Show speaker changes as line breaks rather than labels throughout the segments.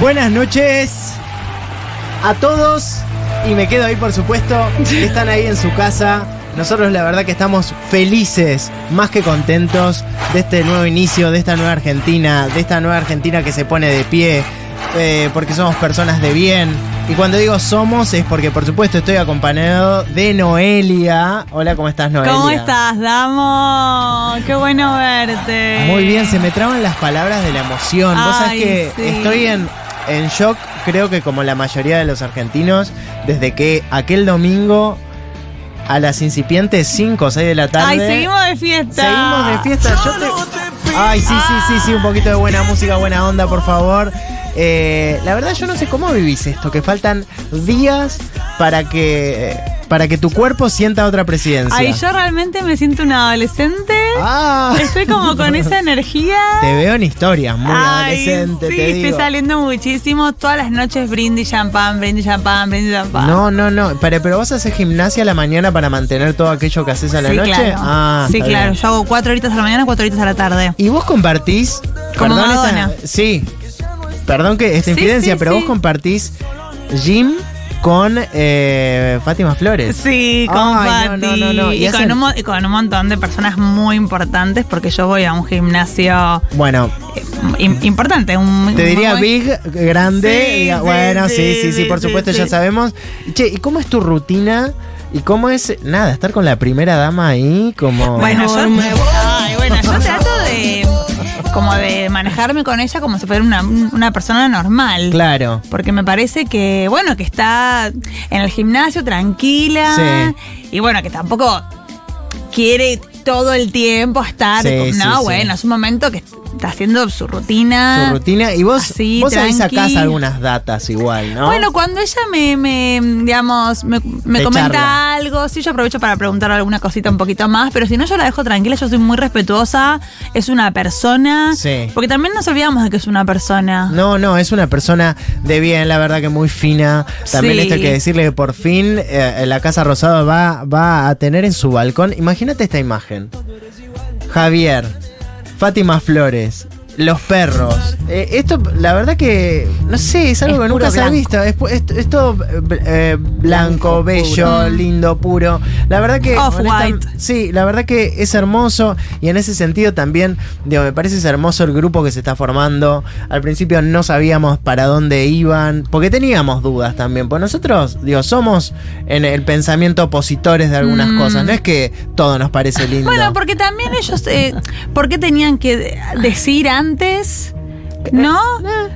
Buenas noches a todos y me quedo ahí por supuesto que están ahí en su casa. Nosotros la verdad que estamos felices, más que contentos de este nuevo inicio, de esta nueva Argentina, de esta nueva Argentina que se pone de pie, eh, porque somos personas de bien. Y cuando digo somos es porque por supuesto estoy acompañado de Noelia. Hola, ¿cómo estás Noelia?
¿Cómo estás, Damo? Qué bueno verte.
Ah, Muy bien, se me traban las palabras de la emoción. Vos sabés
Eh. Ay,
que
sí.
estoy en, en shock, creo que como la mayoría de los argentinos, desde que aquel domingo a las incipientes 5 o 6 de la tarde.
Ay, seguimos de fiesta.
seguimos de fiesta. Yo te- Ay, sí, sí, sí, sí, un poquito de
Ah.
buena música, buena onda, por favor. Eh, la verdad yo no sé cómo vivís esto, que faltan días para que eh, para que tu cuerpo sienta otra presidencia.
Ay, yo realmente me siento una adolescente.
Ah.
Estoy como con esa energía.
Te veo en historias, muy
Ay,
adolescente,
sí,
te digo.
estoy saliendo muchísimo. Todas las noches brindis, champán, brindis, champán, brindis, champán.
No, no, no. Pero, pero vas a hacer gimnasia a la mañana para mantener todo aquello que haces a la
sí,
noche.
Claro.
Ah,
sí,
está
claro.
bien.
Yo hago cuatro horitas a la mañana, cuatro horitas a la tarde.
Y vos compartís.
Como
perdón, esta-
Madonna.
sí. Perdón que esta
Sí,
infidencia,
sí,
pero
sí.
vos compartís gym con eh, Fátima Flores.
Sí, con
Ay, no,
Fati.
no, no, no. Y
Y, con
hacen-
un, mo- y con un montón de personas muy importantes, porque yo voy a un gimnasio
Bueno,
eh, im- importante. Un,
te diría
muy-
big, grande.
Sí,
diga-
sí,
bueno, sí, sí, sí,
sí, sí,
por
sí,
supuesto, ya
sí.
sabemos. Che, ¿y cómo es tu rutina? ¿Y cómo es, nada, estar con la primera dama ahí? Como...
Bueno, yo, Ay, bueno, yo trato de como de manejarme con ella como si fuera una, una persona normal.
Claro.
Porque me parece que, bueno, que está en el gimnasio tranquila. Y bueno, que tampoco quiere todo el tiempo estar.
Sí,
con-
sí,
no,
sí.
bueno, es un momento que está haciendo su rutina.
su rutina. Y vos,
Ah, así,
vos ahí sacás
tranqui.
algunas datas igual, ¿no?
Bueno, cuando ella me, me, digamos, me, me
Te
comenta
charla.
algo, sí, yo aprovecho para preguntar alguna cosita un poquito más, pero si no, yo la dejo tranquila, yo soy muy respetuosa, es una persona.
Sí.
Porque también nos olvidamos de que es una persona.
No, no, es una persona de bien, la verdad que muy fina. También
Sí.
esto hay que decirle que por fin eh, la Casa Rosada va, va a tener en su balcón. Imagínate esta imagen. Javier, Fátima Flores. Los perros. Eh, esto, la verdad que, no sé, es algo
Es
que nunca
puro
se ha
blanco.
visto. Es, pu- es- es todo eh, bl- eh, blanco, bello, lindo, puro. La verdad que...
Off-white.
honesta- Sí, la verdad que es hermoso y en ese sentido también, digo, me parece es hermoso el grupo que se está formando. Al principio no sabíamos para dónde iban, porque teníamos dudas también. Pues nosotros, digo, somos en el pensamiento opositores de algunas
Mm.
cosas. No es que todo nos parece lindo.
Bueno, porque también ellos, eh, ¿por qué tenían que decir antes? ¿No?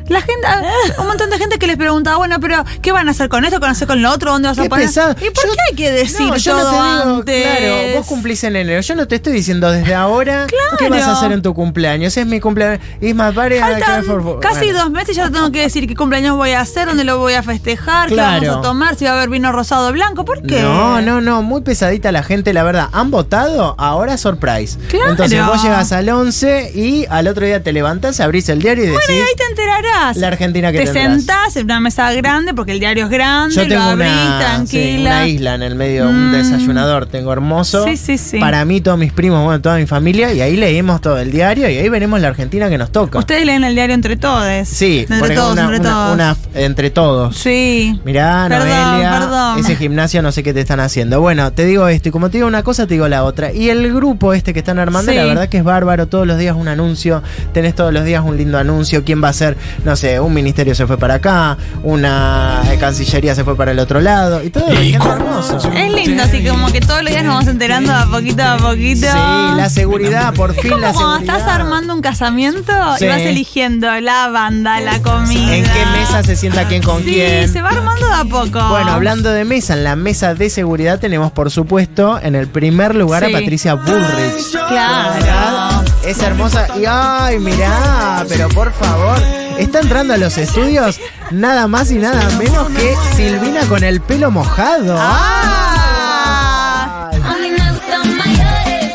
La gente, ah, un montón de gente que les preguntaba, bueno, pero ¿qué van a hacer con esto? ¿Qué van a hacer con lo otro? ¿Dónde vas
Qué
a poner?
pesado.
¿Y por
Yo-
qué hay que decir
No, yo no
todo
te digo,
antes?
Claro, vos cumplís en enero. Yo no te estoy diciendo desde ahora qué vas a hacer en tu cumpleaños. Es mi cumpleaños. Es más, varias
Faltan
Bueno.
casi dos meses y ya tengo que decir qué cumpleaños voy a hacer, dónde lo voy a festejar, qué
Claro.
vamos a tomar, si va a haber vino rosado o blanco, ¿por qué?
No, no, no, muy pesadita la gente, la verdad. Han votado, ahora surprise.
Claro.
Entonces vos llegas al 11 y al otro día te levantás, abrís el diario y
Bueno, y
decís
ahí te enterarás.
la Argentina que
te
tendrás.
sentás en una mesa grande porque el diario es grande,
Yo
lo
tengo
abrís
una, sí,
tranquila.
una isla en el medio, un
Mm.
desayunador, tengo hermoso.
Sí, sí, sí.
Para mí, todos mis primos, bueno, toda mi familia, y ahí leímos todo el diario y ahí veremos la Argentina que nos toca.
Ustedes leen el diario entre todos.
sí,
entre
ponen
todos,
una-
entre
una-
todos.
una- entre todos.
Sí.
Mirá,
Perdón,
Noelia,
perdón.
ese gimnasio no sé qué te están haciendo. Bueno, te digo esto, y como te digo una cosa, te digo la otra. Y el grupo este que están armando,
Sí.
la verdad que es bárbaro. Todos los días un anuncio, tenés todos los días un lindo anuncio. ¿Quién va a ser? No sé, un ministerio se fue para acá, una eh, cancillería se fue para el otro lado. Y todo, es hermoso.
Es lindo, así como que todos los días nos vamos enterando de a poquito a poquito.
Sí, la seguridad, por
Es
fin la
como cuando
seguridad.
estás armando un casamiento
Sí.
y vas eligiendo la banda, la comida.
¿En qué mesa se sienta quién con
sí,
quién?
se va armando de a poco.
Bueno, hablando de mesa, en la mesa de seguridad tenemos, por supuesto, en el primer lugar
Sí.
a Patricia Bullrich.
Claro.
Es hermosa. Y ay, mirá, pero por favor. Está entrando a los estudios nada más y nada menos que Silvina con el pelo mojado.
Ah.
Ay.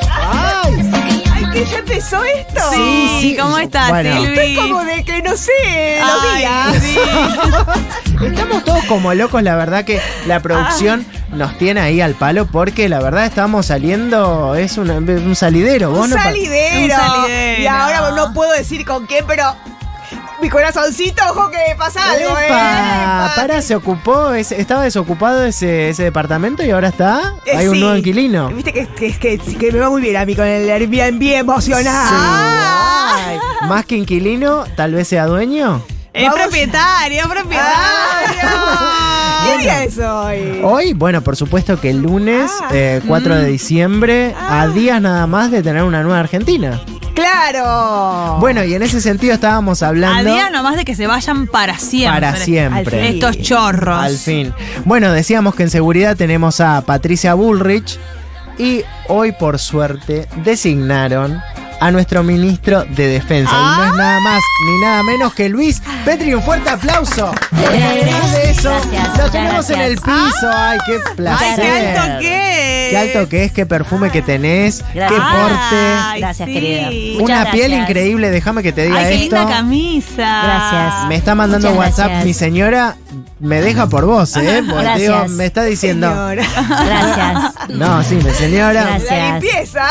Ay.
Ay, que ya empezó esto.
Sí,
Sí, sí.
¿cómo estás,
Bueno.
Silvi?
Estoy como de que no sé, ah. los
Ay,
días.
sí.
Estamos todos como locos, la verdad que la producción nos tiene ahí al palo porque la verdad estamos saliendo, es un, un salidero. Vos
Un
no pa-
salidero.
Un salidero.
Y ahora no puedo decir con quién, pero mi corazoncito, ojo que pasa algo,
Epa,
eh. Epa.
Para, se ocupó, es- estaba desocupado ese, ese departamento y ahora está,
Eh,
hay un
sí.
nuevo inquilino.
Viste que, que, que- que me va muy bien a mí con el Airbnb emocionado.
Sí.
Ah.
Más que inquilino, tal vez sea dueño.
Es
Vamos.
propietario,
Ah,
propietario.
¿Qué día es hoy?
Hoy, bueno, por supuesto que el lunes
Ah.
eh, 4 de diciembre, a días nada más de tener una nueva Argentina.
¡Claro!
Oh. Bueno, y en ese sentido estábamos
A
hablando.
día nomás de que se vayan para siempre.
Para siempre.
Al fin. Estos chorros.
Al fin. Bueno, decíamos que en seguridad tenemos a Patricia Bullrich y hoy por suerte designaron a nuestro ministro de Defensa. Y no es nada más ni nada menos que Luis Petri. Un fuerte aplauso. Además de eso,
gracias,
lo
muchas
tenemos en el
gracias.
piso. Ay, qué
Ay,
placer.
qué alto que es.
Qué alto que es, qué perfume que tenés,
Gracias.
qué porte.
Ay,
Gracias,
sí.
querida.
Una
Muchas
piel
gracias.
increíble, déjame que te diga
Ay, qué
esto.
linda camisa.
Gracias.
Me está mandando
Ah, Muchas
WhatsApp
gracias. Ah,
mi señora, me deja por vos, ¿eh? Porque,
Gracias.
digo, me está diciendo.
Señora.
Gracias.
No, sí, mi señora.
Gracias.
La limpieza.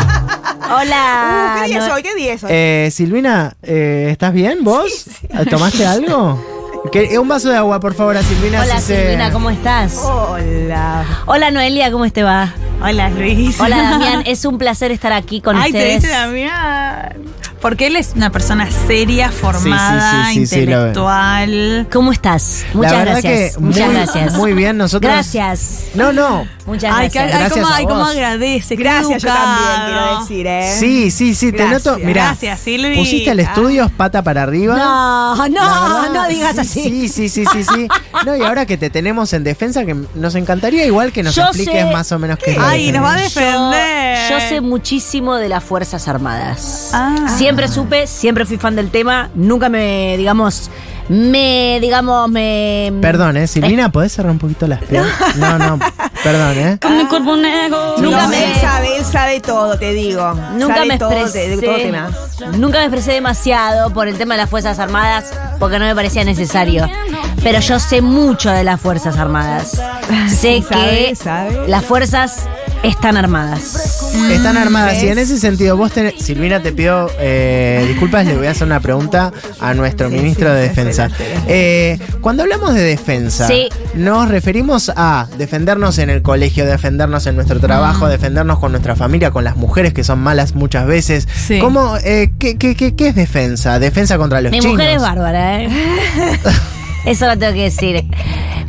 Ah,
Hola.
Uh, ¿Qué día es
no-
hoy? ¿Qué día es hoy?
Eh, Silvina, eh, ¿estás bien vos? Ah, ¿Tomaste algo? Que- eh, un vaso de agua, por favor, a Silvina.
Hola
si se-
Silvina, ¿cómo estás?
Hola.
Hola Noelia, ¿cómo te va?
Hola, Luis.
Hola Damián, es un placer estar aquí con
Ay, te
ustedes.
dice Damián. Porque él es una persona seria, formada,
sí, sí, sí, lo veo.
intelectual.
¿Cómo estás?
La
Muchas
verdad
gracias.
que
Muchas
muy,
gracias.
Muy bien, nosotros.
Gracias.
No, no.
Muchas
ay,
gracias.
que- ay, cómo,
Gracias a
ay, cómo
vos.
agradece. qué
Gracias, yo también quiero
educado.
decir, ¿eh?
Sí, sí, sí,
Gracias.
te noto. Mirá,
Gracias, Silvi.
pusiste al
Ah.
estudio pata para arriba.
No,
La
no,
verdad,
no digas
sí,
así.
Sí, sí, sí, sí, sí. No, y ahora que te tenemos en defensa, que nos encantaría igual que nos
Yo
expliques
sé-
más o menos qué es la
Ay, nos va a
defensa.
defender.
Yo sé muchísimo de las Fuerzas Armadas.
Ah.
Siempre supe, siempre fui fan del tema, nunca me, digamos, me, digamos, me...
Perdón, eh, Silvina, ¿podés cerrar un poquito las piernas? No, no, perdón, eh.
Nunca
No,
me...
Él sabe, él sabe todo, te digo.
Nunca
Sabe
me
todo,
expresé.
de- de todo tema.
Nunca me expresé demasiado por el tema de las Fuerzas Armadas, porque no me parecía necesario. Pero yo sé mucho de las Fuerzas Armadas. Sé
sabe,
que
sabe.
las fuerzas están armadas.
Están armadas
¿ves?
y en ese sentido vos tenés... Silvina, te pido eh, disculpas, le voy a hacer una pregunta a nuestro ministro de Defensa. Eh, cuando hablamos de defensa,
Sí.
nos referimos a defendernos en el colegio, defendernos en nuestro
Mm.
trabajo, defendernos con nuestra familia, con las mujeres que son malas muchas veces.
Sí.
¿Cómo, eh, qué, qué- qué- qué es defensa? ¿Defensa contra los
Mi
chinos?
mujer es bárbara, ¿eh? Eso lo tengo que decir.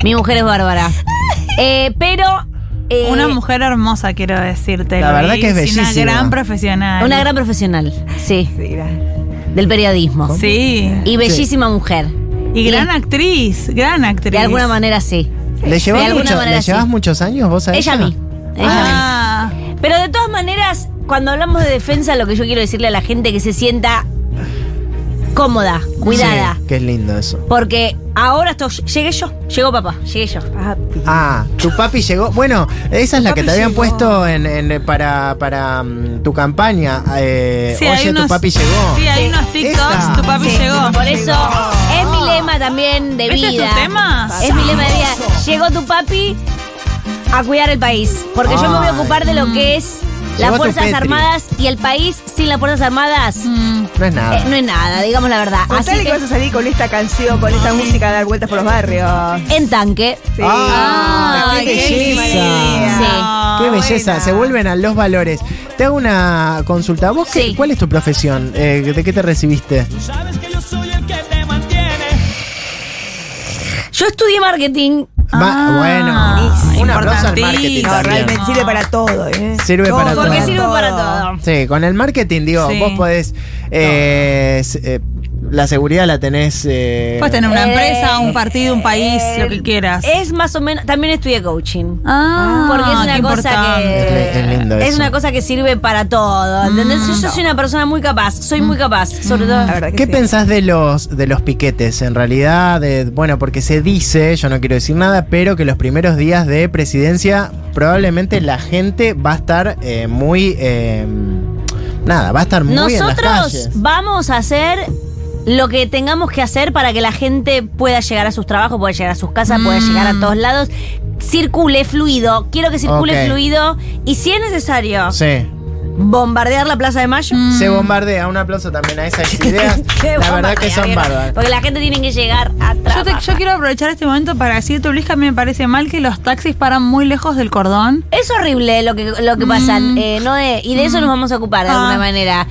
Mi mujer es bárbara. Eh, pero... eh,
Una mujer hermosa, quiero decirte.
La verdad que es
Luis, y
bellísima.
Una gran profesional.
Una gran profesional, sí,
Sí, gra-
del periodismo.
Sí.
Y bellísima mujer.
Y gran actriz, gran actriz.
De alguna manera sí.
¿Le llevas,
De alguna
mucho-
manera
¿le llevas
sí.
muchos años vos a
Ella a mí. Ella a
Ah,
mí. Pero de todas maneras, cuando hablamos de defensa, lo que yo quiero decirle a la gente que se sienta cómoda, cuidada.
Sí, que es lindo eso.
Porque ahora esto, llegué yo, llegó papá, llegué yo.
Ah, tu papi llegó. Bueno, esa es la que
papi
te habían
llegó.
puesto en, en- eh, para, para mm, tu campaña. eh,
Sí, hay
Oye, tu
unos-
papi llegó.
Sí, hay unos TikToks,
Esta.
tu papi
Sí,
llegó.
Por eso es mi lema también de
¿Este
vida.
es tu tema?
Es mi lema de vida. Llegó tu papi a cuidar el país. Porque yo me voy a
Ay.
ocupar de lo que es las
Ah, mm. Llegó tu
Fuerzas
Petri.
Armadas y el país sin las Fuerzas Armadas.
Mm.
No es nada.
eh, no es nada, digamos la verdad.
Contale
Así
que vas
que
a salir con esta canción, con esta música a dar vueltas por los barrios.
en tanque.
Sí.
Ah,
Ay,
qué
qué
belleza.
lindo.
Sí.
Qué
Buena.
belleza, se vuelven a los valores. Te hago una consulta. ¿Vos qué-
Sí.
cuál es tu profesión? Eh, ¿De qué te recibiste?
Yo estudié marketing.
Va- bueno, un aplauso al marketing.
Ah, importantísimo.
No,
también.
realmente sirve para todo, ¿eh?
Sirve para todo.
Porque
Para
sirve para todo.
Sí, con el marketing, digo,
Sí.
vos podés. eh, s- eh, la seguridad la tenés. eh,
Puedes tener una
Eh,
empresa, un partido, un país,
Eh,
lo que quieras.
Es más o menos. También estudié coaching.
ah,
Porque es una
qué
cosa que.
Es li- es lindo
es
eso.
una cosa que sirve para todo. ¿Entendés?
Mm,
Yo soy una persona muy capaz. Soy muy capaz. Sobre todo.
La verdad que
¿Qué
sí.
pensás de los, de los piquetes? En realidad, de- bueno, porque se dice, yo no quiero decir nada, pero que los primeros días de presidencia probablemente la gente va a estar eh, muy... eh, nada, va a estar muy... en las
Nosotros
calles.
vamos a hacer lo que tengamos que hacer para que la gente pueda llegar a sus trabajos, pueda llegar a sus casas, pueda
Mm.
llegar a todos lados. Circule fluido. Quiero que circule
Ok.
fluido. Y si es necesario,
Sí.
bombardear la Plaza de Mayo.
Se bombardea. Un aplauso también a esas ideas.
Mm. Qué
la verdad
bombardea,
que son
viejo.
bárbaras.
Porque la gente tiene que llegar a
Yo,
trabajar.
te- yo quiero aprovechar este momento para decirte, Luis, que a mí me parece mal que los taxis paran muy lejos del cordón.
Es horrible lo que, lo que pasa,
Mm.
eh, no de- y de eso nos vamos a ocupar de
Ah.
alguna manera.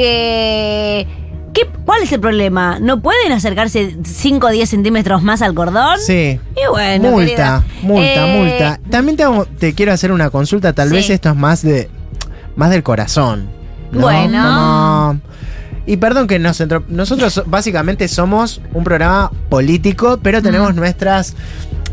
Porque. ¿qué, ¿Cuál es el problema? ¿No pueden acercarse 5 o 10 centímetros más al cordón?
Sí.
Y bueno.
multa,
querida.
multa,
Eh,
multa. También te, hago- te quiero hacer una consulta, tal
Sí.
vez esto es más de más del corazón. ¿no?
Bueno.
Como- y perdón que nos entro- nosotros so- básicamente somos un programa político, pero tenemos nuestras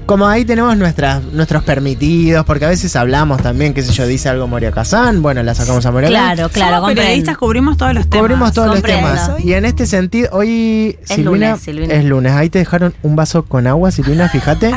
como ahí tenemos nuestras, nuestros permitidos, porque a veces hablamos también, qué sé yo, dice algo Moria Kazán, bueno, la sacamos a Moria Kazán.
Claro, claro,
Somos periodistas
comprendo.
cubrimos todos los temas.
Cubrimos todos
comprendo.
los temas. Y en este sentido, hoy
Es
Silvina,
lunes, Silvina. Ah.
es lunes. Ahí te dejaron un vaso con agua, Silvina, fíjate.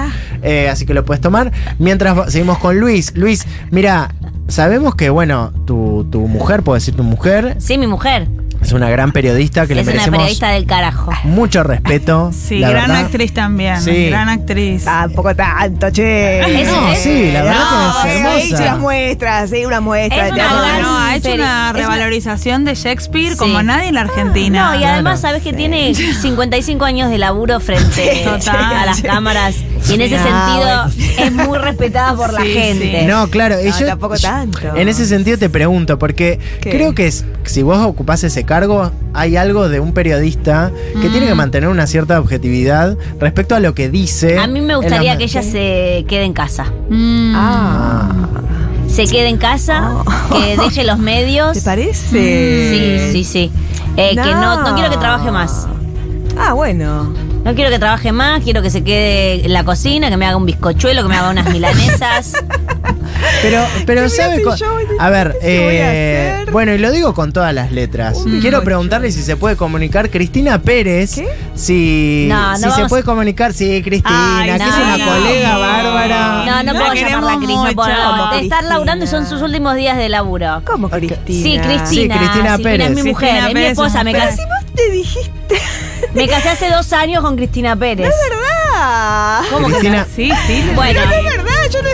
Eh, así que lo puedes tomar. Mientras va- seguimos con Luis. Luis, mira, sabemos que, bueno, tu, tu mujer, puedo decir tu mujer,
Sí, mi mujer.
es una gran periodista que le
es una
merecemos
periodista del carajo.
mucho respeto.
Sí,
la
gran
verdad.
actriz también.
Sí. Ah,
Gran actriz.
Tampoco tanto, che.
Es-
No,
Eh,
sí, la verdad
No,
que es
eh, ahí
hermosa.
hice las muestras, sí, una muestra. de
Es una
teatro.
gran-
Ah, no, ha hecho
serie.
una
Es una-
revalorización de Shakespeare
Sí. Ah,
como nadie en la Argentina.
No, y además sabes que tiene 55 años de laburo frente
Total.
a las cámaras. Y en ese
Ah,
sentido es muy respetada por la
Sí,
gente.
sí.
No, claro, y
No,
yo-
tampoco
yo-
tanto.
En ese sentido te pregunto, porque
¿Qué?
creo que es- si vos ocupás ese cargo, hay algo de un periodista que tiene que
Mm.
mantener una cierta objetividad respecto a lo que dice.
A mí me
eh, en
gustaría
la-
que ella se quede en casa.
Mm.
Ah,
Se quede en casa, que deje los medios.
Ah.
¿te parece?
Sí, sí, sí. Eh, Que no, no quiero que trabaje más.
Ah, bueno.
No quiero que trabaje más, quiero que se quede en la cocina, que me haga un bizcochuelo, que me haga unas milanesas.
Pero, pero
¿Qué voy a
¿sabe?
hacer
co-
yo?
A ver,
¿Qué voy a
eh,
hacer?
bueno, y lo digo con todas las letras.
Un
Quiero
bizcocho.
preguntarle si se puede comunicar Cristina Pérez.
¿Qué?
Si,
No, no
si se
vamos-
puede comunicar, sí, Cristina,
Ay,
que es
no,
una
no.
colega bárbara.
No, no
La
puedo
queremos
llamarla Cris, no
mucho.
puedo.
Como
De estar
Cristina.
laburando son sus últimos días de laburo.
¿Cómo, Cristina?
Sí, Cristina.
Sí, Cristina Pérez.
es mi mujer,
Cristina
es mi
Pérez es
esposa.
una
Me
mujer.
casé,
Vos te dijiste.
me casé hace dos años con Cristina Pérez.
¿Verdad?
¿Cómo que
Cristina,
Sí, sí. le-
Bueno.
Es verdad, yo no.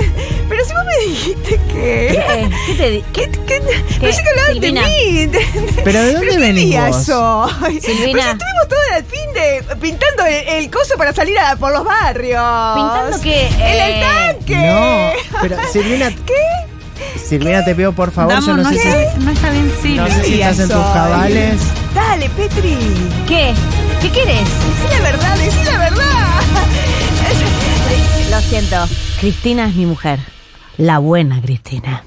Pero si vos me dijiste que.
¿Qué, qué te di-
¿Qué? ¿Qué? Pensé que hablaban de
Silvina.
mí.
¿pero de
¿Pero
dónde
qué
venís
día
vos?
soy?
Silvina.
Pero si pues estuvimos todo el fin de pintando el, el coso para salir a- por los barrios.
¿Pintando qué?
En
Eh,
el tanque.
No, pero Silvina. Silvina, te pido por favor,
Damos,
yo no
no,
sé
está, no está bien
si,
sí.
no
Luis.
sé si
día
estás en tus
soy.
cabales.
Dale, Petri.
¿Qué? ¿Qué querés?
Decí la verdad, decí la verdad.
Lo siento. Cristina es mi mujer. La buena Cristina.